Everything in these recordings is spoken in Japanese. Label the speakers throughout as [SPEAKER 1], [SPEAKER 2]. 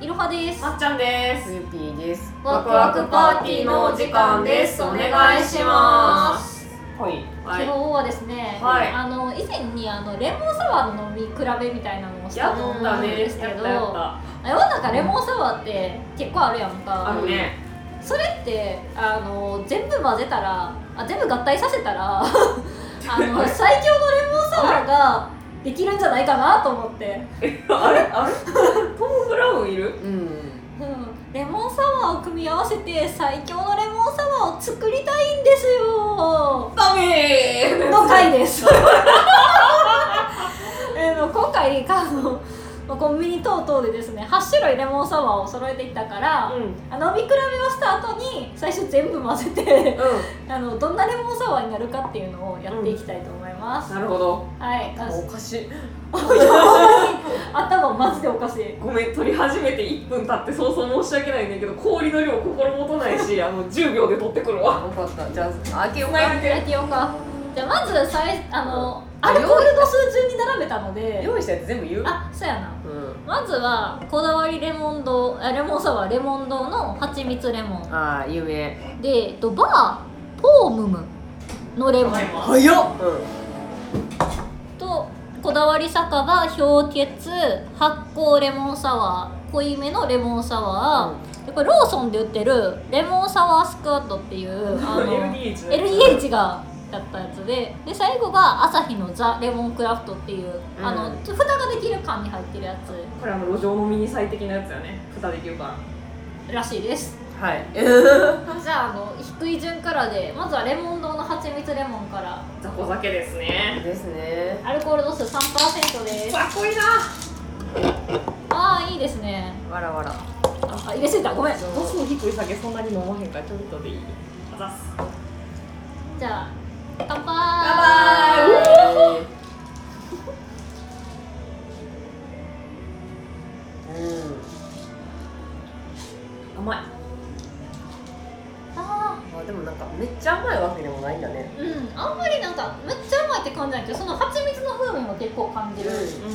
[SPEAKER 1] いろはです
[SPEAKER 2] まっちゃんです。
[SPEAKER 3] ゆぴーです。
[SPEAKER 2] ワクワクパーティーのお時間ですお願いします
[SPEAKER 3] はい。
[SPEAKER 2] はい
[SPEAKER 1] 今。日はですね、
[SPEAKER 2] はい
[SPEAKER 1] あの以前にあのレモンサワーの飲み比べみたいなのをし
[SPEAKER 2] や
[SPEAKER 1] た
[SPEAKER 2] っ
[SPEAKER 1] と思
[SPEAKER 2] た
[SPEAKER 1] うん
[SPEAKER 2] ね。や
[SPEAKER 1] で
[SPEAKER 2] っ
[SPEAKER 1] す
[SPEAKER 2] た
[SPEAKER 1] け
[SPEAKER 2] や
[SPEAKER 1] ど
[SPEAKER 2] った。
[SPEAKER 1] 世の中レモンサワーって結構あるやんか
[SPEAKER 2] あるね。
[SPEAKER 1] それってあの全部混ぜたらあ全部合体させた らあの最強のレモンサワーができるんじゃないかなと思って、
[SPEAKER 2] あれあれトム・ブラウンいる
[SPEAKER 3] うん。
[SPEAKER 1] うん、レモンサワーを組み合わせて最強のレモンサワーを作りたいんですよ
[SPEAKER 2] ダメー
[SPEAKER 1] の回です。 えーの今回あのまあコンビニ等々でですね8種類レモンサワーを揃えてきたから、
[SPEAKER 2] うん。うん。
[SPEAKER 1] あ飲み比べをした後に最初全部混ぜて あのどんなレモンサワーになるかっていうのをやっていきたいと思います、
[SPEAKER 2] なるほど。
[SPEAKER 1] はいあ
[SPEAKER 3] おかしい。
[SPEAKER 1] 頭マジでおかしい
[SPEAKER 2] ごめん、撮り始めて1分経って早々申し訳ないんだけど、氷の量心もとないし、あの10秒で撮ってくるわ。
[SPEAKER 3] よかった。じゃあ開けよう
[SPEAKER 2] は
[SPEAKER 3] か。
[SPEAKER 2] い
[SPEAKER 1] 開けようかじゃあまずさいあのアルコール度数順に並べたので
[SPEAKER 3] 用意したやつ全部言う。
[SPEAKER 1] あそうやな
[SPEAKER 3] うん。
[SPEAKER 1] まずはこだわりレモン堂あレモンサワーレモン堂の蜂蜜レモン
[SPEAKER 3] ああ有名。
[SPEAKER 1] で、えっと、バーポームムのレモン
[SPEAKER 3] 早っ。う
[SPEAKER 1] とこだわり酒場氷結発酵レモンサワー濃いめのレモンサワー、でこれローソンで売ってるレモンサワースクワットっていうあの
[SPEAKER 2] LDH だ
[SPEAKER 1] LDH がやったやつでで最後がアサヒのザ・レモンクラフトっていう、
[SPEAKER 3] うん
[SPEAKER 1] あの蓋ができる缶に入ってるやつ
[SPEAKER 2] これあの路上飲みに最適なやつやね。蓋できるから。
[SPEAKER 1] らしいです
[SPEAKER 3] ん。はい。
[SPEAKER 1] じゃああの低い順からでまずはレモン堂の蜂蜜レモンから
[SPEAKER 2] 雑魚酒ですね。
[SPEAKER 3] ですね。
[SPEAKER 1] アルコール度数3%です
[SPEAKER 2] 雑魚いな。
[SPEAKER 1] ああいいですね
[SPEAKER 3] わらわら。
[SPEAKER 1] あ入れすぎたごめん
[SPEAKER 3] そう
[SPEAKER 2] 度数低い酒そんなに飲まへんからちょっとでいい。あざっす。
[SPEAKER 1] じゃあ乾杯
[SPEAKER 2] 乾杯
[SPEAKER 3] うん。
[SPEAKER 2] 甘い。
[SPEAKER 1] あ
[SPEAKER 3] あでもなんかめっちゃ甘いわけでもないんだね。
[SPEAKER 1] ーうんあんまりなんかめっちゃうまいって感じないけどその蜂蜜の風味も結構感じる、
[SPEAKER 3] う
[SPEAKER 2] うんうんうんうん。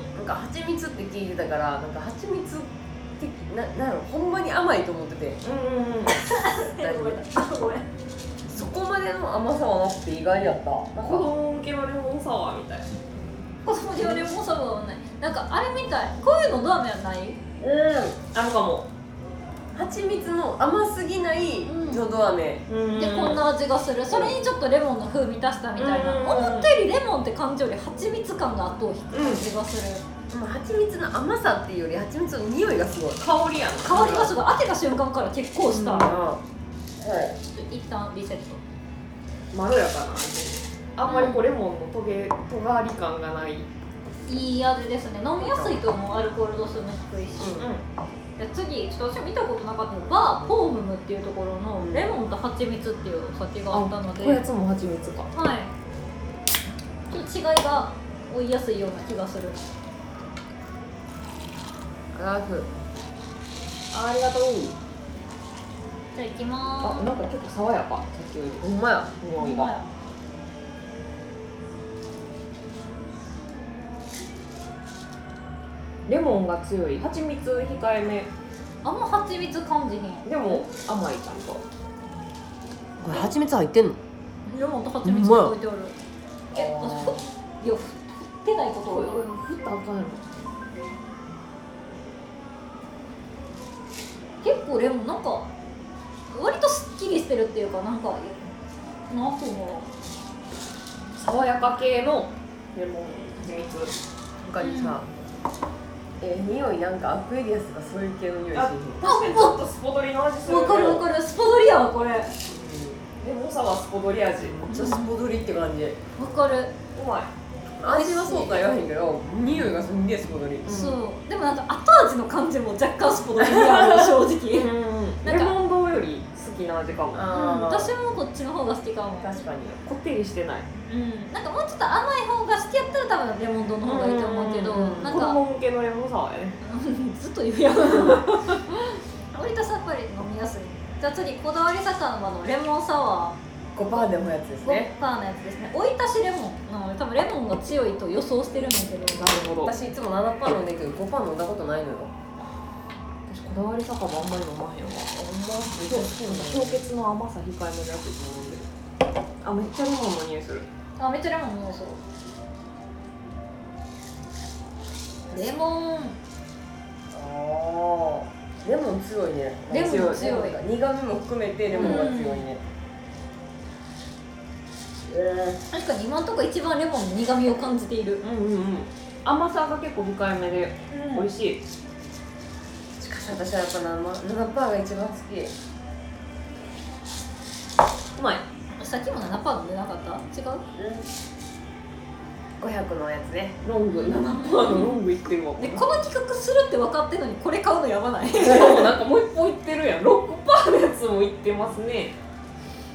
[SPEAKER 3] ん。なんか蜂蜜って聞いてたからなんか蜂蜜ってななんやろほんまに甘いと思ってて。
[SPEAKER 2] うんうんうん。
[SPEAKER 3] 大丈夫
[SPEAKER 1] 夫ごめん
[SPEAKER 3] そこまでの甘さはなくて意外やった。なん
[SPEAKER 2] 子
[SPEAKER 3] か
[SPEAKER 2] 供向けのレモンサワーみたいな。
[SPEAKER 1] 子供用レモンサワーはないなんかあれみたいこういうのドラマやない
[SPEAKER 3] うん。
[SPEAKER 2] あるかも。
[SPEAKER 3] 蜂蜜の甘すぎない
[SPEAKER 1] うん
[SPEAKER 3] のど飴。
[SPEAKER 2] で
[SPEAKER 1] でこん。な味がするそれにちょっとレモンの風味出したみたいな
[SPEAKER 2] うん
[SPEAKER 1] 思ったよりレモンって感じより蜂蜜感が後を引く感じがする
[SPEAKER 3] まあ蜂蜜の甘さっていうより蜂蜜の匂いがすごい。
[SPEAKER 2] 香りやん。
[SPEAKER 1] 香りがすごい当てた瞬間から結構した、
[SPEAKER 2] うん
[SPEAKER 1] ちょ
[SPEAKER 3] はい。
[SPEAKER 1] っと一旦リセット
[SPEAKER 2] まろやかな味。あんまりこうレモンのトゲ、とがり感がない。うん。
[SPEAKER 1] いい味ですね飲みやすいと思うアルコール度数も低いし、
[SPEAKER 3] うん
[SPEAKER 1] じゃあ次ちょっと私見たことなかったのバーポームムっていうところのレモンと蜂蜜っていうお酒があったので、はい
[SPEAKER 3] つも蜂蜜か。
[SPEAKER 1] ちょっと違いが追いやすいような気がする
[SPEAKER 3] ラフ。ありがとう。
[SPEAKER 1] じゃあいきま
[SPEAKER 2] なんか結構爽やか。さっきより。
[SPEAKER 3] ほんまや。
[SPEAKER 1] ーす
[SPEAKER 2] 匂いが。レモンが強い。蜂蜜控えめ。
[SPEAKER 1] あんま蜂蜜感じへん
[SPEAKER 2] でも甘いちゃんと。
[SPEAKER 3] これ蜂蜜入ってんの？
[SPEAKER 1] レモンと蜂蜜が置いてあるえ
[SPEAKER 3] あー
[SPEAKER 1] ふいや振ってないことをよ
[SPEAKER 2] 振ったらあかんやろ。
[SPEAKER 1] 結構レモンなんか割とすっきりしてるっていうかなんかなあと思
[SPEAKER 2] 爽やか系のレモン蜂蜜。
[SPEAKER 3] 他にさ。えー、匂いなんかアクエリアスがそういう系の匂いし
[SPEAKER 2] あ確かにちょっとスポドリの味す
[SPEAKER 1] う
[SPEAKER 2] る。
[SPEAKER 1] わかるわかるスパドリアはこれ
[SPEAKER 2] レモンサワースポドリ味。
[SPEAKER 3] うん、ちょっとスポドリって感じ
[SPEAKER 1] わかる
[SPEAKER 2] うまい。
[SPEAKER 3] 味はそうとは言わへんけど匂いがすんげえスポドリ
[SPEAKER 2] ん
[SPEAKER 1] そうでもなんか後味の感じも若干スポドリアの正直、うん、
[SPEAKER 2] レモン堂より好きな味かも
[SPEAKER 3] あー
[SPEAKER 1] 私もこっちの方が好きかも、
[SPEAKER 3] 確かに
[SPEAKER 2] こってりしてない
[SPEAKER 1] うん、なんかもうちょっと甘い方が好きやったら多分レモン丼の方がいいと思うけど
[SPEAKER 3] うん
[SPEAKER 1] なん
[SPEAKER 2] 子
[SPEAKER 1] か
[SPEAKER 2] 供向けのレモンサワーやね
[SPEAKER 1] ずっと言うやん割とさっぱり飲みやすいじゃあ次こだわり酒場のレモンサワ
[SPEAKER 3] 5パーでもやつです
[SPEAKER 1] ー
[SPEAKER 3] ね
[SPEAKER 1] 5%のやつですね追い足しレモンなので多分レモンが強いと予想してるんだけど
[SPEAKER 2] なるほど
[SPEAKER 3] 私いつも7パー飲んでるけど5パー飲んだことないのよ
[SPEAKER 2] こだわり酒場あんまり飲まへんわ
[SPEAKER 3] そう
[SPEAKER 2] 氷結の甘さ控えめのやついつも飲んでるあめっちゃレモンの匂いする
[SPEAKER 1] あめっちゃレモンもそうレモン
[SPEAKER 3] あーレモン強いね
[SPEAKER 1] レモン強い
[SPEAKER 3] なんか苦みも含めてレモンが強いね、え
[SPEAKER 1] 確かに今んとこ一番レモンの苦みを感じている
[SPEAKER 2] うんうんうん甘さが結構控えめで美味しい、
[SPEAKER 3] ー、しかし私はやっぱ生生パーが一番好き
[SPEAKER 2] うまい
[SPEAKER 1] さっきも7パー飲んでなかった違う
[SPEAKER 3] 500のやつね
[SPEAKER 2] ロング7パーのロングいってるわ
[SPEAKER 1] でこの企画するって分かってるのにこれ買うのやばない
[SPEAKER 2] しかもなんかもう一本いってるやん6パーのやつもいってますね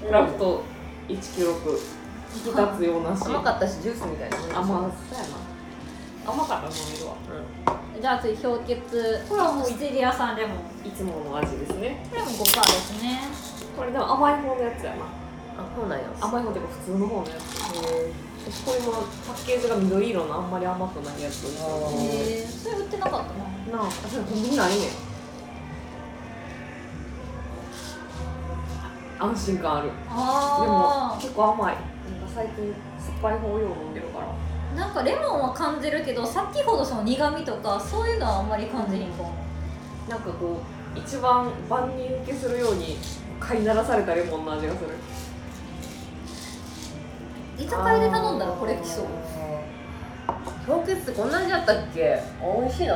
[SPEAKER 2] クラフト196引き立つようなし
[SPEAKER 3] 甘かったしジュースみたいなね
[SPEAKER 2] 甘そうやな甘かったら飲めるわ
[SPEAKER 1] じゃあ次氷結これはもうイタリア産レモン
[SPEAKER 2] いつもの味ですね
[SPEAKER 1] これも5パーですね
[SPEAKER 2] これでも甘い方のやつやな
[SPEAKER 3] あそうなんや
[SPEAKER 2] 甘い方っていうか普通の方のやつ私これもパッケージが緑色のあんまり甘くないやつな
[SPEAKER 3] あー
[SPEAKER 1] へえそれ売ってなかったな
[SPEAKER 2] あそれコンビニないねん安心感あるでも
[SPEAKER 1] あ
[SPEAKER 2] 結構甘いなんか最近酸っぱい方をよう飲んでるから
[SPEAKER 1] あなんかレモンは感じるけどさっきほどその苦味とかそういうのはあんまり感じへんかも
[SPEAKER 2] なんかこう一番万人受けするように飼いならされたレモンの味がする
[SPEAKER 1] 居酒屋で頼んだらこれ来そう
[SPEAKER 3] 氷結ってこんな味だったっけ美味しいな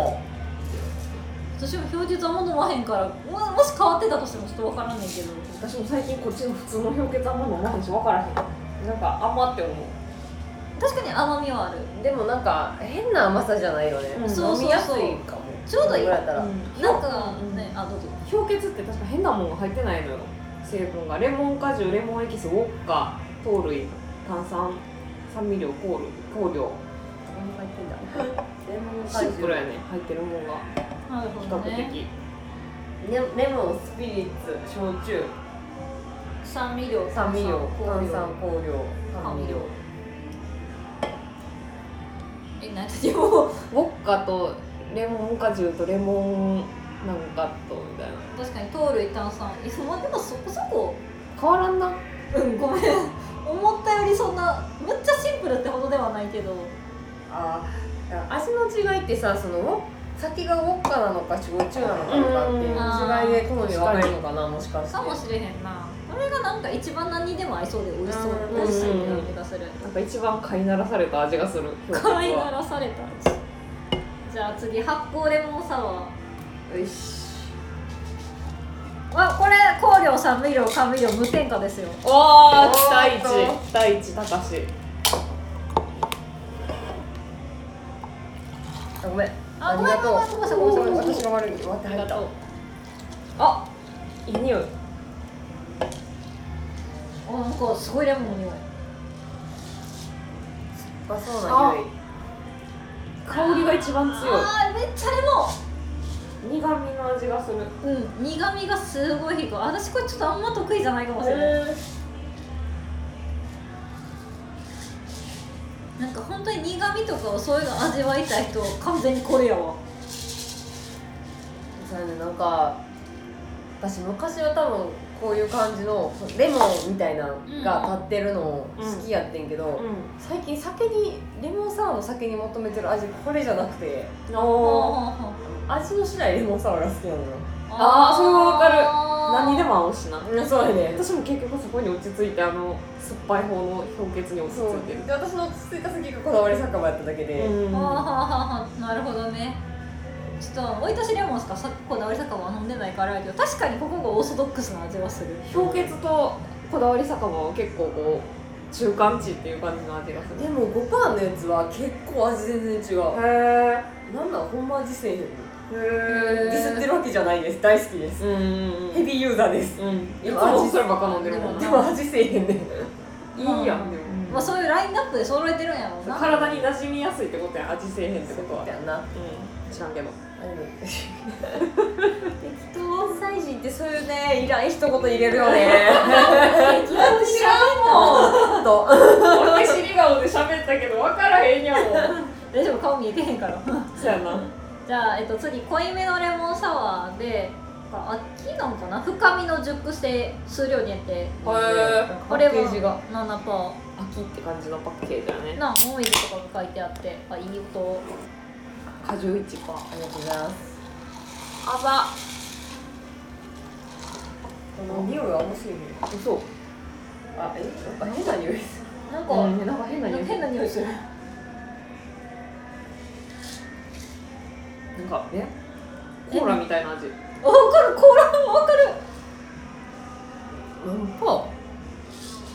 [SPEAKER 1] 私も氷結あんま飲まへんからももし変わってたとしてもちょっと分からんねんけど
[SPEAKER 2] 私も最近こっちの普通の氷結あんま飲まへんし分からへんなんか甘って思う
[SPEAKER 1] 確かに甘みはある
[SPEAKER 3] でもなんか変な甘さじゃないよね、
[SPEAKER 2] うん
[SPEAKER 3] 飲みやすいか
[SPEAKER 1] そ
[SPEAKER 3] も
[SPEAKER 1] うそうそう
[SPEAKER 3] これぐらいやったら、
[SPEAKER 1] なんか
[SPEAKER 2] うん
[SPEAKER 1] ね、あどうぞ
[SPEAKER 2] 氷結って確か変なもんが入ってないのよ成分がレモン果汁レモンエキスウォッカ糖類炭酸酸味料香料香料
[SPEAKER 3] レモン
[SPEAKER 2] シ
[SPEAKER 3] 果
[SPEAKER 2] ンプ
[SPEAKER 3] 汁
[SPEAKER 2] ルやね入ってるもんが
[SPEAKER 1] なるほ
[SPEAKER 2] 比
[SPEAKER 1] ど
[SPEAKER 2] 較
[SPEAKER 1] ね
[SPEAKER 2] 的
[SPEAKER 3] レレモンスピリッツ焼酎
[SPEAKER 1] 酸味料
[SPEAKER 3] 酸味料
[SPEAKER 1] 香
[SPEAKER 3] 炭酸
[SPEAKER 1] 料
[SPEAKER 3] 香料
[SPEAKER 1] 甘
[SPEAKER 3] 甘味
[SPEAKER 1] 味
[SPEAKER 3] 料
[SPEAKER 1] 料えなんかでも
[SPEAKER 2] ウォッカとレモン果汁とレモンなんかとみたいな
[SPEAKER 1] 確かに糖類炭酸いやまあでもそこそこ
[SPEAKER 2] 変わらんな
[SPEAKER 1] うんごめん思ったよりそんなむっちゃシンプルってほどではないけど
[SPEAKER 3] あー味の違いってさそのウォ先がウォッカなのか焼酎なのかとかっていう違いで好み分かれるのかなもしかして
[SPEAKER 1] かもしれへんなこれがなんか一番何にでも合いそうで美味しそう
[SPEAKER 3] うん
[SPEAKER 1] 美味しいって感じがする
[SPEAKER 2] なんか一番飼いならされた味がする氷結は
[SPEAKER 1] 可愛がらされたじゃあ次発酵レモンサワ
[SPEAKER 2] よし
[SPEAKER 1] ーわこれ香料酸味料甘味料無添加ですよ
[SPEAKER 2] おー
[SPEAKER 3] おー
[SPEAKER 2] 期待
[SPEAKER 3] そ
[SPEAKER 2] 値期待値高し
[SPEAKER 3] あごめん
[SPEAKER 1] あ
[SPEAKER 3] りがとう
[SPEAKER 1] ごめんごめんごめんごめんごめん
[SPEAKER 3] 私が悪い割って入った
[SPEAKER 2] あいい匂い
[SPEAKER 1] あなんかすごいレモンの匂い
[SPEAKER 3] あそうな匂い
[SPEAKER 2] 香りが一番強い
[SPEAKER 1] あーめっちゃレモ
[SPEAKER 2] 苦味の味がする
[SPEAKER 1] ンうん苦味がすごい低い私これちょっとあんま得意じゃないかもしれない、なんか本当に苦味とかをそういうの味わいたい人は完全にこれやわ
[SPEAKER 3] そうねなんか私昔は多分こういう感じのレモンみたいなのが立ってるの好きやってんけど、
[SPEAKER 2] う
[SPEAKER 3] 最近酒にレモンサワーの酒に求めてる味これじゃなくて
[SPEAKER 2] んおー
[SPEAKER 3] 味の次第レモンサワーが好きなのよ
[SPEAKER 2] あーそれはわかる何にで
[SPEAKER 1] も
[SPEAKER 2] も合うしな
[SPEAKER 3] うんそうやね
[SPEAKER 2] 私も結局そこに落ち着いてあの酸っぱい方の氷結に落ち
[SPEAKER 3] そ
[SPEAKER 2] 着
[SPEAKER 3] う
[SPEAKER 2] いてる
[SPEAKER 3] で私の落ち着いた先がこだわり酒場やっただけで、
[SPEAKER 2] うん
[SPEAKER 1] あーはあはあはあなるほどねちょっと追い出しレモンしかさこだわり酒場は飲んでないからあれやけど確かにここがオーソドックスな味はする
[SPEAKER 2] 氷結とこだわり酒場は結構こう中間値っていう感じの味がする
[SPEAKER 3] でも5パーのやつは結構味全然違う、
[SPEAKER 2] へ
[SPEAKER 3] なんなんほんま味せえへんの
[SPEAKER 2] え
[SPEAKER 3] ディスってるわけじゃないです大好きです、
[SPEAKER 2] うんうん
[SPEAKER 3] ヘビーユーザーです
[SPEAKER 2] うんいつ
[SPEAKER 3] でも
[SPEAKER 2] もそればっか飲んでるもん
[SPEAKER 3] で
[SPEAKER 2] な
[SPEAKER 3] も味せえへんねん
[SPEAKER 2] いいやんで
[SPEAKER 1] まあ
[SPEAKER 2] も
[SPEAKER 1] そういうラインナップで揃えてるんやろうな
[SPEAKER 2] 体に馴染みやすいってことや味せえへんってことは
[SPEAKER 3] みたいな
[SPEAKER 2] うん知らんけど
[SPEAKER 3] 適当催事ってそういうねいらん一言入れる よね
[SPEAKER 2] 知らんもん
[SPEAKER 3] ちょっと
[SPEAKER 2] 俺尻顔で喋ったけど分からへんやもん
[SPEAKER 1] 大丈夫顔見えてへんから
[SPEAKER 2] そうやな
[SPEAKER 1] じゃあ、えっと、次濃いめのレモンサワーであ秋なんかな深みの熟成数量によって
[SPEAKER 2] ー
[SPEAKER 1] これは
[SPEAKER 2] パッケージが
[SPEAKER 1] 7%
[SPEAKER 2] 秋って感じのパッケージだね
[SPEAKER 1] なモミジとかが書いてあってあいい音
[SPEAKER 2] 果汁1%パー
[SPEAKER 3] ありがとうございます
[SPEAKER 2] あば
[SPEAKER 3] この匂いは面白いね
[SPEAKER 2] そう
[SPEAKER 3] あえなんか変な匂いする
[SPEAKER 1] なんか、
[SPEAKER 2] うんなんか変な匂い
[SPEAKER 1] 変な匂いする
[SPEAKER 2] なんかねコーラみたいな味
[SPEAKER 1] あ分かるコーラも分かる
[SPEAKER 2] うんパ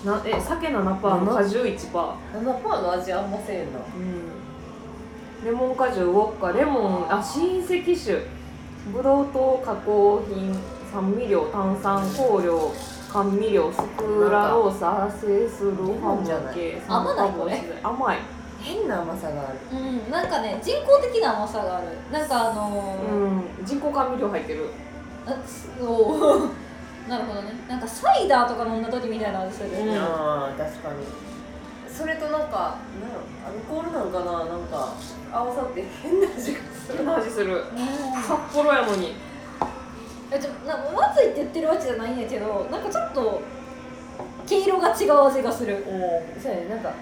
[SPEAKER 2] ーなえ酒7%パー
[SPEAKER 3] うん
[SPEAKER 2] 果汁1%パ
[SPEAKER 3] 7%の味あんませえな
[SPEAKER 2] ーうんレモン果汁ウォッカレモンあ新赤酒ブドウ糖加工品酸味料炭酸香料甘味料スクラローサアセスロハム系
[SPEAKER 1] 甘ないこれ
[SPEAKER 2] 甘い
[SPEAKER 3] 変な甘さがある
[SPEAKER 1] うんなんかね人工的な甘さがあるなんかあのー
[SPEAKER 2] うん人工甘味料入ってる
[SPEAKER 1] あそうなるほどねなんかサイダーとか飲んだ時みたいな味する、
[SPEAKER 2] うん
[SPEAKER 3] あー確かにそれとなんかなんやろアルコールなんかななんか合わさって変な味がす
[SPEAKER 2] 変
[SPEAKER 3] る
[SPEAKER 2] な味する
[SPEAKER 1] うん
[SPEAKER 2] 札幌やのに
[SPEAKER 1] えちょなまずいって言ってるわけじゃないんやけどなんかちょっと黄色が違う味がする
[SPEAKER 3] うんそうやねなんか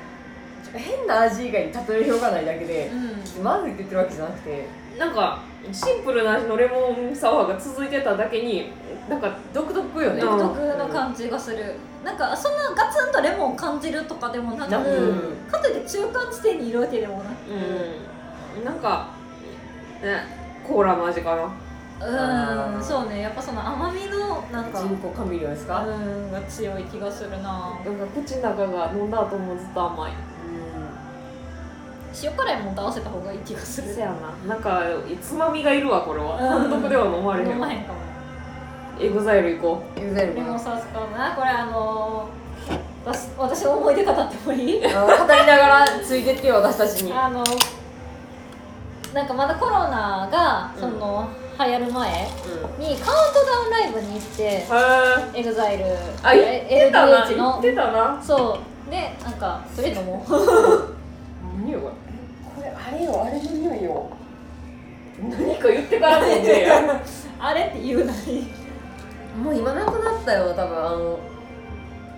[SPEAKER 3] ちょ変な味以外に例えようがないだけで
[SPEAKER 1] う
[SPEAKER 3] まずいって言ってるわけじゃなくて
[SPEAKER 2] なんかシンプルな味のレモンサワーが続いてただけになんか
[SPEAKER 3] 独特よね
[SPEAKER 2] うん
[SPEAKER 1] ん独特の感じがするなんかそんなガツンとレモン感じるとかでもなく
[SPEAKER 3] なく
[SPEAKER 1] かといって中間地点にいるわけでもな
[SPEAKER 2] うんなんかねコーラの味かな
[SPEAKER 1] くうんそうねやっぱその甘みのなんか
[SPEAKER 3] 人工甘味料ですか
[SPEAKER 1] うんが強い気がするな
[SPEAKER 2] なんか口の中が飲んだ後もずっと甘い
[SPEAKER 1] 塩辛いもんと合わせた方がいい気がす
[SPEAKER 2] そ
[SPEAKER 1] る
[SPEAKER 2] やななんかつまみがいるわこれは
[SPEAKER 1] うん
[SPEAKER 2] 単独では飲まれへ
[SPEAKER 1] 飲ま
[SPEAKER 2] ん
[SPEAKER 1] へんかも
[SPEAKER 2] エグザイル行こ
[SPEAKER 3] うんゆでる
[SPEAKER 1] レ
[SPEAKER 3] か
[SPEAKER 1] モ
[SPEAKER 3] な
[SPEAKER 1] ンサワー使うなこれあのー、私私の思い出語ってもいい
[SPEAKER 3] あー語りながらついてってよ私たちに
[SPEAKER 1] あのなんかまだコロナが
[SPEAKER 3] うん
[SPEAKER 1] その、流行る前
[SPEAKER 3] う
[SPEAKER 1] にカウントダウンライブに行って
[SPEAKER 2] うへえ
[SPEAKER 1] エグザイル
[SPEAKER 2] あ言ってたな
[SPEAKER 1] LDH
[SPEAKER 2] 言っ
[SPEAKER 1] の
[SPEAKER 2] てたな
[SPEAKER 1] そうでなんかそれ飲もう
[SPEAKER 2] 何よこ
[SPEAKER 3] これあれよあれの匂いよ
[SPEAKER 2] れ何か言ってから飲んでや
[SPEAKER 1] あれって言うなに
[SPEAKER 3] もう今なくなったよ多分あの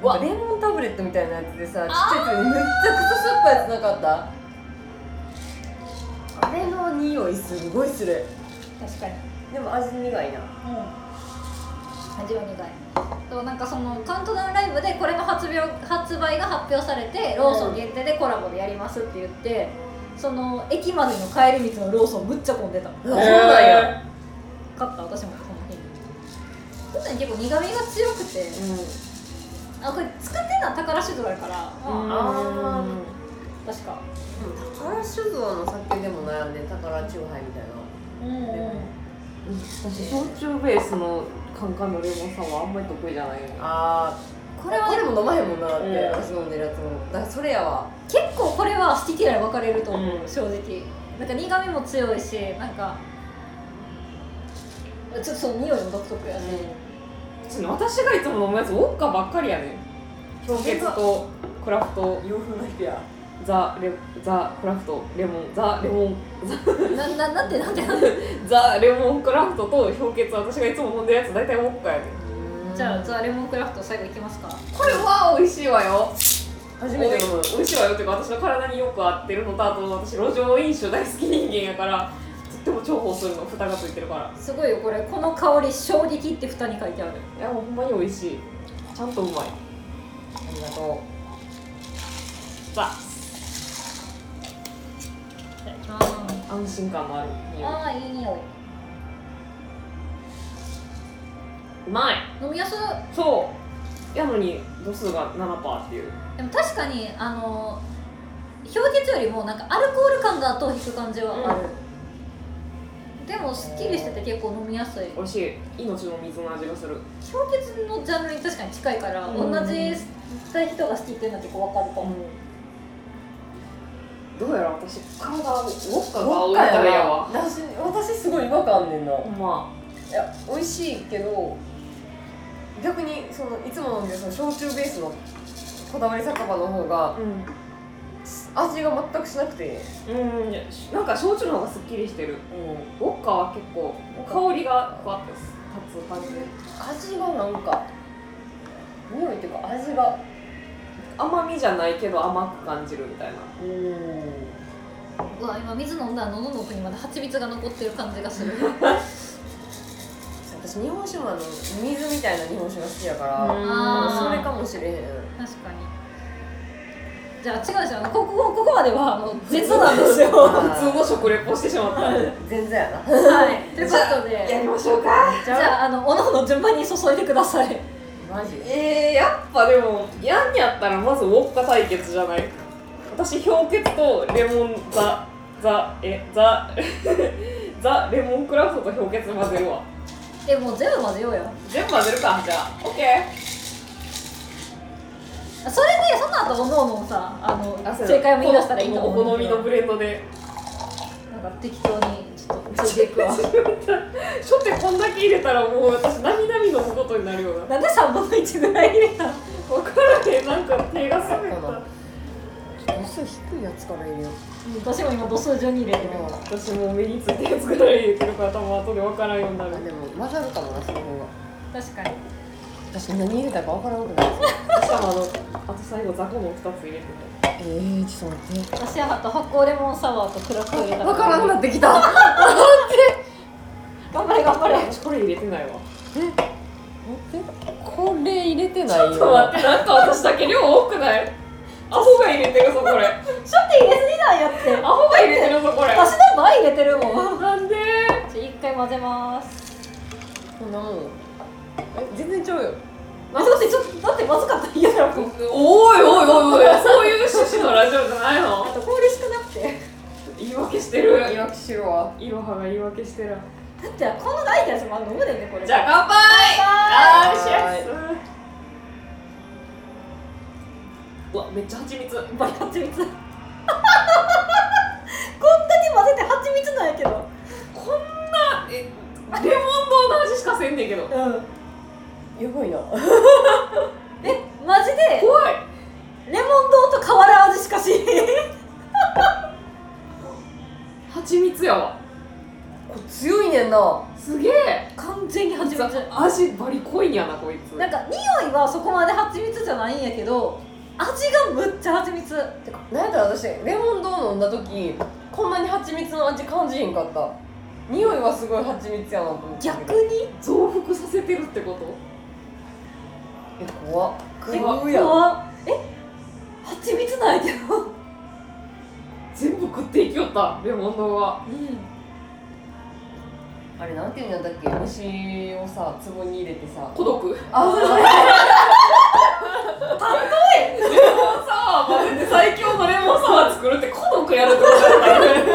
[SPEAKER 1] わ
[SPEAKER 3] レモンタブレットみたいなやつでさちっちゃい時にめっちゃくちゃ酸っぱいやつなかったあれの匂いすごいする
[SPEAKER 1] 確かに
[SPEAKER 3] でも味苦いな
[SPEAKER 1] うん味は苦いそうなんかそのカウントダウンライブでこれの発表発売が発表されてローソン限定でコラボでやりますって言ってその駅までの帰り道のローソンむっちゃ混んでた
[SPEAKER 3] あ
[SPEAKER 1] 買
[SPEAKER 3] そう
[SPEAKER 1] っ
[SPEAKER 3] なんや
[SPEAKER 1] た私もその日に確かに結構苦味が強くてあこれ使ってんのは宝酒造やから、
[SPEAKER 2] うん
[SPEAKER 1] まあ、
[SPEAKER 3] あー
[SPEAKER 1] 確か
[SPEAKER 3] 宝酒造の酒でも悩んで宝酎ハイみたいな
[SPEAKER 1] うん
[SPEAKER 2] うん私焼酎ベースのカンカンのレモンサワーあんまり得意じゃないよ
[SPEAKER 3] あーこれはこれも飲まへんもんなだって、私飲んでるやつもだからそれやわ
[SPEAKER 1] 結構これは好き嫌い分かれると思う、
[SPEAKER 2] うん
[SPEAKER 1] 正直なんか苦味も強いしなんかちょっとその匂いも独特やし、
[SPEAKER 2] そうね私がいつも飲むやつウォッカばっかりやねん氷結とクラフト
[SPEAKER 3] 洋風の人や
[SPEAKER 2] ザレザクラフトレモンザレモン
[SPEAKER 1] なななんてなんてなんて
[SPEAKER 2] ザレモンクラフトと氷結私がいつも飲んでるやつ大体ウォッカやねん
[SPEAKER 1] じゃあザ・レモンクラフト最後いきますか
[SPEAKER 2] これは美味しいわよ
[SPEAKER 3] 初
[SPEAKER 2] 美
[SPEAKER 3] めて飲む
[SPEAKER 2] 味しいわよっていうか私の体によく合ってるのとあと私路上飲酒大好き人間やからとっても重宝するの蓋がついてるから
[SPEAKER 1] すごいよこれこの香り衝撃って蓋に書いてある
[SPEAKER 2] いやもうほんまに美味しいちゃんとうまい
[SPEAKER 3] ありがと
[SPEAKER 2] ザ
[SPEAKER 1] いただきます
[SPEAKER 2] 安心感のある匂い
[SPEAKER 1] あーいい匂いう
[SPEAKER 2] まい
[SPEAKER 1] 飲みやすい
[SPEAKER 2] そうやのに度数が7%っていう
[SPEAKER 1] でも確かにあの氷結よりもなんかアルコール感が後を引く感じはある、でもすっきりしてて結構飲みやすい
[SPEAKER 2] 美味しい命の水の味がする
[SPEAKER 1] 氷結のジャンルに確かに近いから、
[SPEAKER 2] うん
[SPEAKER 1] 同じ人が好きっていうのは結構わかるかも、
[SPEAKER 2] どうやら私体ウォッカ
[SPEAKER 3] う
[SPEAKER 2] が青いからやわ
[SPEAKER 3] 私私すごい違和感あんねんな
[SPEAKER 2] ほんま
[SPEAKER 3] いや美味しいけど逆にそのいつも飲んでるその焼酎ベースのこだわり酒場の方が
[SPEAKER 2] うん
[SPEAKER 3] す味が全くしなくて
[SPEAKER 4] うんなんか焼酎の方がすっきりしてる
[SPEAKER 3] うん
[SPEAKER 4] ウォッカは結構香りがふわっと立つ感じ
[SPEAKER 3] 味がなんか匂いっていうか味が
[SPEAKER 4] 甘みじゃないけど甘く感じるみたいな
[SPEAKER 3] うん
[SPEAKER 1] うわ今水飲んだら喉の奥にまで蜂蜜が残ってる感じがする
[SPEAKER 3] 私日本酒もあの水みたいな日本酒が好きやから、
[SPEAKER 4] うん
[SPEAKER 1] あー
[SPEAKER 3] それかもしれへん
[SPEAKER 1] 確かにじゃあ違うじゃんここここまではあの絶なんです よは
[SPEAKER 3] あ
[SPEAKER 2] 普通の食レポしてしまった
[SPEAKER 3] ー全然やない
[SPEAKER 1] ということで
[SPEAKER 2] りましょうか
[SPEAKER 1] じゃああのおのおの順番に注いでください
[SPEAKER 3] マジ
[SPEAKER 2] えー、やっぱでもやんやったらまずウォッカ対決じゃない私氷結とレモンザザえザ ザレモンクラフトと氷結混ぜるわ
[SPEAKER 1] えもう全部混ぜようよ
[SPEAKER 2] 全部混ぜるかじゃあオッケ
[SPEAKER 1] それでその後おのおのさあの
[SPEAKER 2] ー
[SPEAKER 1] 正解を見出したらいいと思
[SPEAKER 2] お
[SPEAKER 1] う
[SPEAKER 2] 好みのブレンドで
[SPEAKER 1] なんか適当にちょっとついていくわ
[SPEAKER 2] 初手こんだけ入れたらもう私涙み飲むことになるような
[SPEAKER 1] なんで3分の1ぐらい入れたの
[SPEAKER 2] 分からへんなんか手が滑っ
[SPEAKER 3] この
[SPEAKER 2] た
[SPEAKER 3] 度数低いやつから入れよう
[SPEAKER 1] 私も今度数順に入れてる
[SPEAKER 3] あ
[SPEAKER 2] 私もう目について作られてるから多分後で分からんようになる
[SPEAKER 3] でも混ざるかもなその方が
[SPEAKER 1] 確かに
[SPEAKER 3] 私何入れたか分からなくない
[SPEAKER 2] しかもあのあと最後雑魚の2つ入れてた
[SPEAKER 3] えー、ちょっと待って
[SPEAKER 1] 私はあと発酵レモンサワーとクラフト入れた
[SPEAKER 3] 分からんくなってきた
[SPEAKER 1] 頑張れ頑張れ
[SPEAKER 2] 私これ入れてないわ
[SPEAKER 3] 待ってこれ入れてないよ
[SPEAKER 2] ちょっと待ってなんか私だけ量多くないアホが入れてるぞこ
[SPEAKER 1] ちょ
[SPEAKER 2] れア
[SPEAKER 1] っと入れすぎなんやって
[SPEAKER 2] ホが入れてるぞこれ
[SPEAKER 1] 私で倍入れてるもん
[SPEAKER 2] なんで
[SPEAKER 1] じゃあ一回混ぜます
[SPEAKER 3] こんなもんえ全然ちゃうよ
[SPEAKER 1] だってちょっとだってまずかったら嫌だもん
[SPEAKER 2] おいおいおいおいそういう趣旨のラジオじゃない
[SPEAKER 1] あ
[SPEAKER 2] の
[SPEAKER 1] と氷少なくて
[SPEAKER 2] 言い訳してる
[SPEAKER 3] いわきしろはい
[SPEAKER 2] ろはが言い訳して
[SPEAKER 1] だ
[SPEAKER 2] る
[SPEAKER 1] ってこの大事なやつまだ飲むでねこれ
[SPEAKER 2] じゃあ乾杯あー
[SPEAKER 3] 乾
[SPEAKER 2] シャスうわめっちゃ蜂蜜
[SPEAKER 1] やっぱり蜂蜜 こんだけ混ぜて蜂蜜なんやけど
[SPEAKER 2] こんなえレモン丼の味しかせんねんけど
[SPEAKER 1] うん
[SPEAKER 3] やばいな
[SPEAKER 1] えマジで
[SPEAKER 2] 怖い
[SPEAKER 1] レモン丼と変わらん味しか し
[SPEAKER 2] 蜂蜜やわ
[SPEAKER 3] これ強いねんな
[SPEAKER 2] すげえ
[SPEAKER 1] 完全に蜂蜜
[SPEAKER 2] 味バリ濃いんやなこいつ
[SPEAKER 1] なんか匂いはそこまで蜂蜜じゃないんやけど味がむっちゃ蜂蜜
[SPEAKER 3] てかなんやったら私レモン丼飲んだ時こんなに蜂蜜の味感じへんかった匂いはすごい蜂蜜やなと思ってたけ
[SPEAKER 1] 逆
[SPEAKER 3] ど
[SPEAKER 1] に
[SPEAKER 2] 増幅させてるってこと
[SPEAKER 3] え怖っ
[SPEAKER 2] え
[SPEAKER 3] 食うやん
[SPEAKER 1] 怖っえ蜂蜜なんやけどうん
[SPEAKER 2] 全部食っていきよったレモン丼は
[SPEAKER 3] あれなんていうんだったっけ虫をさ壺に入れてさ
[SPEAKER 2] 孤独
[SPEAKER 3] あ
[SPEAKER 2] さあ混ぜて最強のレモンサワー作るって孤独やるってことだ よね
[SPEAKER 1] で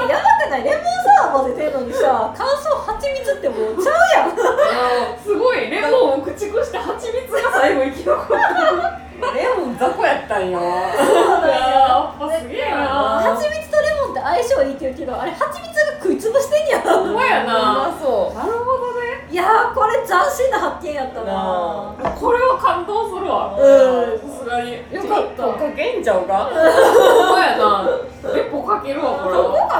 [SPEAKER 1] やばくないレモンサワー混ぜてんのにさ乾燥蜂蜜ってもうちゃうやん
[SPEAKER 2] すごいレモンを駆逐して蜂蜜が最後生き残った
[SPEAKER 3] あ レモン雑魚やったんよ
[SPEAKER 2] やっぱすげえな
[SPEAKER 1] 蜂蜜とレモンって相性いいって言うけどあれ蜂蜜が食いつぶしてんや
[SPEAKER 2] ほんまや
[SPEAKER 3] う
[SPEAKER 2] な
[SPEAKER 3] まそ
[SPEAKER 2] なるほどね
[SPEAKER 1] いやーこれ斬新な発見やったな
[SPEAKER 3] な
[SPEAKER 2] これは感動するわ
[SPEAKER 1] うん
[SPEAKER 2] さすがに
[SPEAKER 3] う
[SPEAKER 2] よ
[SPEAKER 3] よ
[SPEAKER 2] か
[SPEAKER 3] か
[SPEAKER 2] っ
[SPEAKER 3] った
[SPEAKER 2] ほ
[SPEAKER 3] た
[SPEAKER 2] ん
[SPEAKER 3] かけんちゃうか
[SPEAKER 2] まやなレポかけるわこれ
[SPEAKER 1] どこ
[SPEAKER 2] は
[SPEAKER 1] か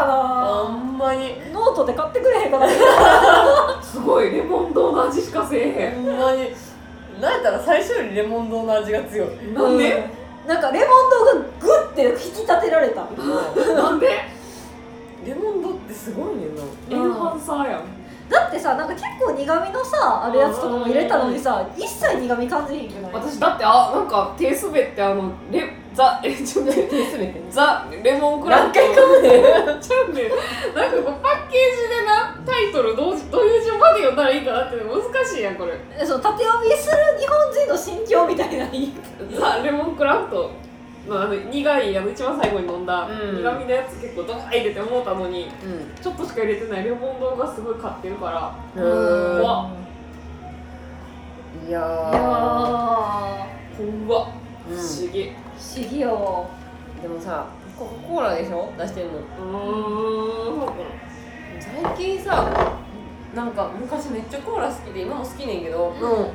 [SPEAKER 3] んまに
[SPEAKER 1] なノートで買ってくれへんかな
[SPEAKER 2] すごいレモン丼の味しかせえへん
[SPEAKER 3] ほんまになんやったら最初よりレモン丼の味が強い
[SPEAKER 2] なんで
[SPEAKER 1] なんかレモン丼がグッて引き立てられた
[SPEAKER 2] なんで
[SPEAKER 3] レモン丼ってすごいねんな
[SPEAKER 2] エンハンサーやん
[SPEAKER 1] だってさなんか結構苦味のさあるやつとかも入れたのにさ一切苦味感じへんくない
[SPEAKER 2] 私だってあなんか手滑ってあのレザえちょっと待って
[SPEAKER 3] 手詰めて
[SPEAKER 2] ザレモンクラフト
[SPEAKER 3] 何回
[SPEAKER 2] ちゃうねんなんかこうパッケージでなタイトルどうしどういう順番で読んだらいいかなって難しいやんこれ
[SPEAKER 1] えそう縦読みする日本人の心境みたいな言い方
[SPEAKER 2] ザ・レモンクラフトのあの苦いあの一番最後に飲んだ
[SPEAKER 3] うん
[SPEAKER 2] 苦味のやつ結構ドバー入れて思ったのに
[SPEAKER 3] うん
[SPEAKER 2] ちょっとしか入れてないレモン丼がすごい買ってるから
[SPEAKER 3] うん
[SPEAKER 2] 怖
[SPEAKER 1] い
[SPEAKER 3] いや
[SPEAKER 1] や
[SPEAKER 3] ー
[SPEAKER 1] ー
[SPEAKER 2] こんわ不
[SPEAKER 3] うん
[SPEAKER 2] 思議う
[SPEAKER 1] 不思議よ
[SPEAKER 3] でもさコカ・コーラでしょ出してんの
[SPEAKER 2] ーん
[SPEAKER 3] 最近さなんか昔めっちゃコーラ好きで今も好きねんけど、
[SPEAKER 1] うん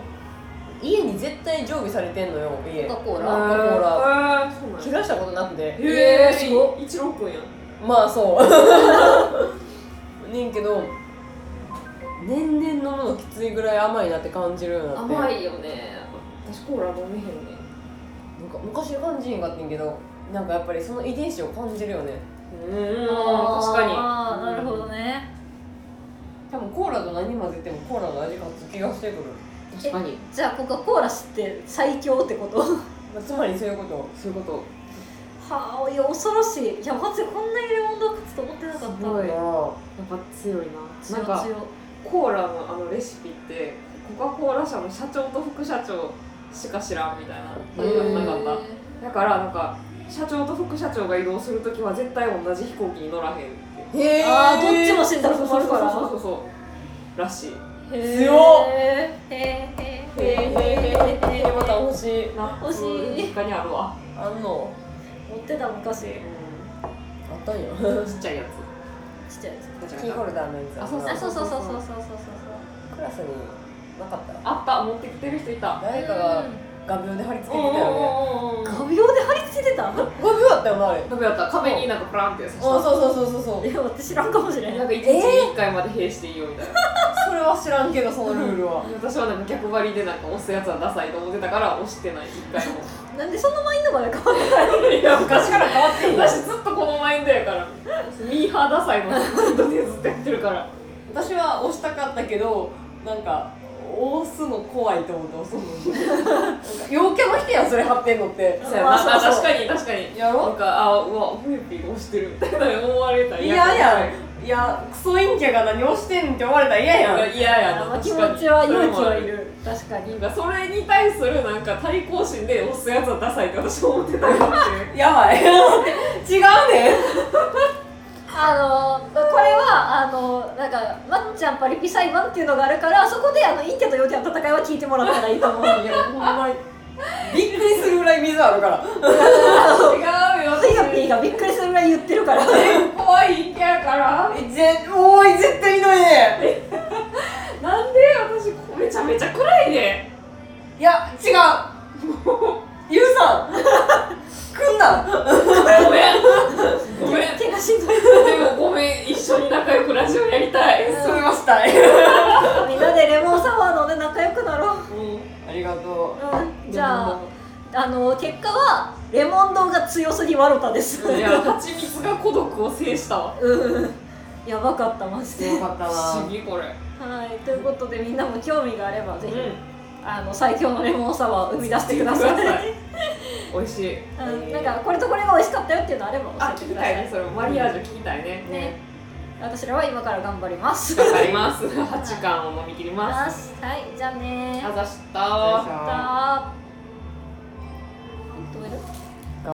[SPEAKER 3] 家に絶対常備されてんのよ家
[SPEAKER 1] コカコー
[SPEAKER 3] コ
[SPEAKER 1] ラ
[SPEAKER 3] カコーラ
[SPEAKER 2] へーそうなん
[SPEAKER 3] 切
[SPEAKER 2] や
[SPEAKER 3] らしたことなくて
[SPEAKER 2] へ
[SPEAKER 3] す
[SPEAKER 2] ー
[SPEAKER 3] ごっ
[SPEAKER 2] い一郎くんやん
[SPEAKER 3] まあそうねんけど年々飲むのきついぐらい甘いなって感じるようになって
[SPEAKER 2] 甘いよね私コーラ飲めへんね
[SPEAKER 3] なんか昔感じんかってんけどなんかやっぱりその遺伝子を感じるよね
[SPEAKER 2] うん
[SPEAKER 1] あー
[SPEAKER 2] 確かに
[SPEAKER 1] あーなるほどね
[SPEAKER 3] 多分コーラと何混ぜてもコーラの味がつく気がしてくる、
[SPEAKER 2] 確かに
[SPEAKER 1] じゃあコカ・コーラ吸って最強って ことは
[SPEAKER 3] まあ、つまりそういうこと
[SPEAKER 2] そういうこ
[SPEAKER 1] あいや恐ろしいいやまずこんなにレモンド勝つと思ってなか
[SPEAKER 2] と
[SPEAKER 1] っ
[SPEAKER 2] す
[SPEAKER 1] た
[SPEAKER 2] ごいやっ
[SPEAKER 3] あ
[SPEAKER 2] ぱ強いななんか
[SPEAKER 1] 強強
[SPEAKER 2] コーラのあのレシピってコカ・コーラ社の社長と副社長しか知らんみたいななかっただからなんか社長と副社長が移動するときは絶対同じ飛行機に乗らへんって
[SPEAKER 3] ーへえ
[SPEAKER 1] あーどっちも死んだ
[SPEAKER 2] そう
[SPEAKER 1] ら
[SPEAKER 2] そう
[SPEAKER 1] 困
[SPEAKER 2] そう
[SPEAKER 1] るから
[SPEAKER 2] そうそうそうそうらしい
[SPEAKER 3] 強っ
[SPEAKER 1] へーへーへ
[SPEAKER 3] へえへえへえまた欲しい
[SPEAKER 2] な
[SPEAKER 1] 欲しい
[SPEAKER 2] うん実家にあるわ、
[SPEAKER 3] あんの
[SPEAKER 1] 持ってた昔ちっ
[SPEAKER 2] う
[SPEAKER 3] あったんよ
[SPEAKER 2] ん、ちっちゃいやつ
[SPEAKER 1] ちゃいやつ
[SPEAKER 2] ガチャガ
[SPEAKER 3] キ
[SPEAKER 2] チ
[SPEAKER 3] ーホ
[SPEAKER 2] ャ
[SPEAKER 3] ルダーのやつ
[SPEAKER 2] あそう
[SPEAKER 1] あそうそうそうそうそうそう
[SPEAKER 3] クラスになかった
[SPEAKER 2] あった持ってきてる人いた
[SPEAKER 1] そう
[SPEAKER 3] 誰かが画鋲で貼り付けてたよね
[SPEAKER 2] うんうんうんうん
[SPEAKER 1] 画鋲で貼り付けてた
[SPEAKER 3] 画鋲だったよなあれあ
[SPEAKER 2] 食べやった壁になんかプランって刺した
[SPEAKER 3] そうそうそうそうそう
[SPEAKER 1] いや私知らんかもしれん
[SPEAKER 2] なんか一日に一回まで閉していいよみたいな、
[SPEAKER 3] それは知らんけどそのルールは
[SPEAKER 2] 私はなんか逆張りでなんか押すやつはダサいと思ってたから押してない一回も
[SPEAKER 1] なんでそのマインドまで変わらない
[SPEAKER 2] いや
[SPEAKER 3] 昔から変わってんよ
[SPEAKER 2] 私ずっとこのマインドやからミーハーダサいのマインドでずっとやってるから
[SPEAKER 3] 私は押したかったけどなんか押すの怖いと思って押すのなん か陽キャの人やんそれ貼ってんのって
[SPEAKER 2] そうやな
[SPEAKER 1] まあそうそう
[SPEAKER 2] 確かに確かに
[SPEAKER 3] や
[SPEAKER 2] なん
[SPEAKER 3] ろ
[SPEAKER 2] かあうわフーピー押してるみたいな思われたら
[SPEAKER 3] 嫌や
[SPEAKER 2] や
[SPEAKER 3] やんいやクソ陰キャが何押してんって思われたら嫌やん
[SPEAKER 2] いややな
[SPEAKER 1] まあ気
[SPEAKER 2] 確
[SPEAKER 1] 持
[SPEAKER 2] かに
[SPEAKER 1] ちは勇気はいる確かに
[SPEAKER 2] なんかそれに対するなんか対抗心で押すやつはダサいって私は思ってたかもしれない
[SPEAKER 3] やば い違うねん
[SPEAKER 1] あのこれはあのなんかまっちゃんパリピ裁判っていうのがあるからそこであの陰キャと陽キャの戦いは聞いてもらったらいいと思うんだけど
[SPEAKER 3] ほんまにびっくりするぐらい水あるか
[SPEAKER 2] 違
[SPEAKER 3] ら
[SPEAKER 2] うよ
[SPEAKER 1] ヨッピーがびっくりするぐらい言ってるから
[SPEAKER 2] 怖い陰キャやから
[SPEAKER 3] えぜおい絶対見ないね
[SPEAKER 2] なんで私ここめちゃめちゃ暗いで
[SPEAKER 3] いや 違うゆうさん来んな
[SPEAKER 2] ごめんごめん
[SPEAKER 1] 手がしんどい
[SPEAKER 2] でもごめん一緒に仲良くラジオやりたい
[SPEAKER 3] それはしたい
[SPEAKER 1] みんなでレモンサワー飲んで仲良くなろう、
[SPEAKER 3] ありがと
[SPEAKER 1] うん、じゃああの結果はレモン丼が強すぎワロタです
[SPEAKER 2] いや蜂蜜が孤独を制したわ
[SPEAKER 1] うんやばかったマジ
[SPEAKER 3] う
[SPEAKER 1] で
[SPEAKER 3] よかった
[SPEAKER 2] 不思
[SPEAKER 3] な
[SPEAKER 2] 議これ
[SPEAKER 1] はいということでみんなも興味があればぜひ、
[SPEAKER 2] ん
[SPEAKER 1] あの最強のレモンサワーを生み出してくだ
[SPEAKER 2] くだ
[SPEAKER 1] さ
[SPEAKER 2] さ
[SPEAKER 1] い
[SPEAKER 2] い美味しい
[SPEAKER 1] うんなんかこれとこれが美味しかったよっていうのあれば
[SPEAKER 2] あ
[SPEAKER 1] 教えて
[SPEAKER 2] 聞き
[SPEAKER 1] くだ
[SPEAKER 2] た
[SPEAKER 1] さ
[SPEAKER 2] い
[SPEAKER 1] い
[SPEAKER 2] ねそれマリアージュ聞きたいね
[SPEAKER 1] ね私らは今から頑張ります。
[SPEAKER 2] 頑張ります八巻を飲み切ります
[SPEAKER 1] はい、じゃあね
[SPEAKER 2] あざした
[SPEAKER 3] お疲れ様
[SPEAKER 1] また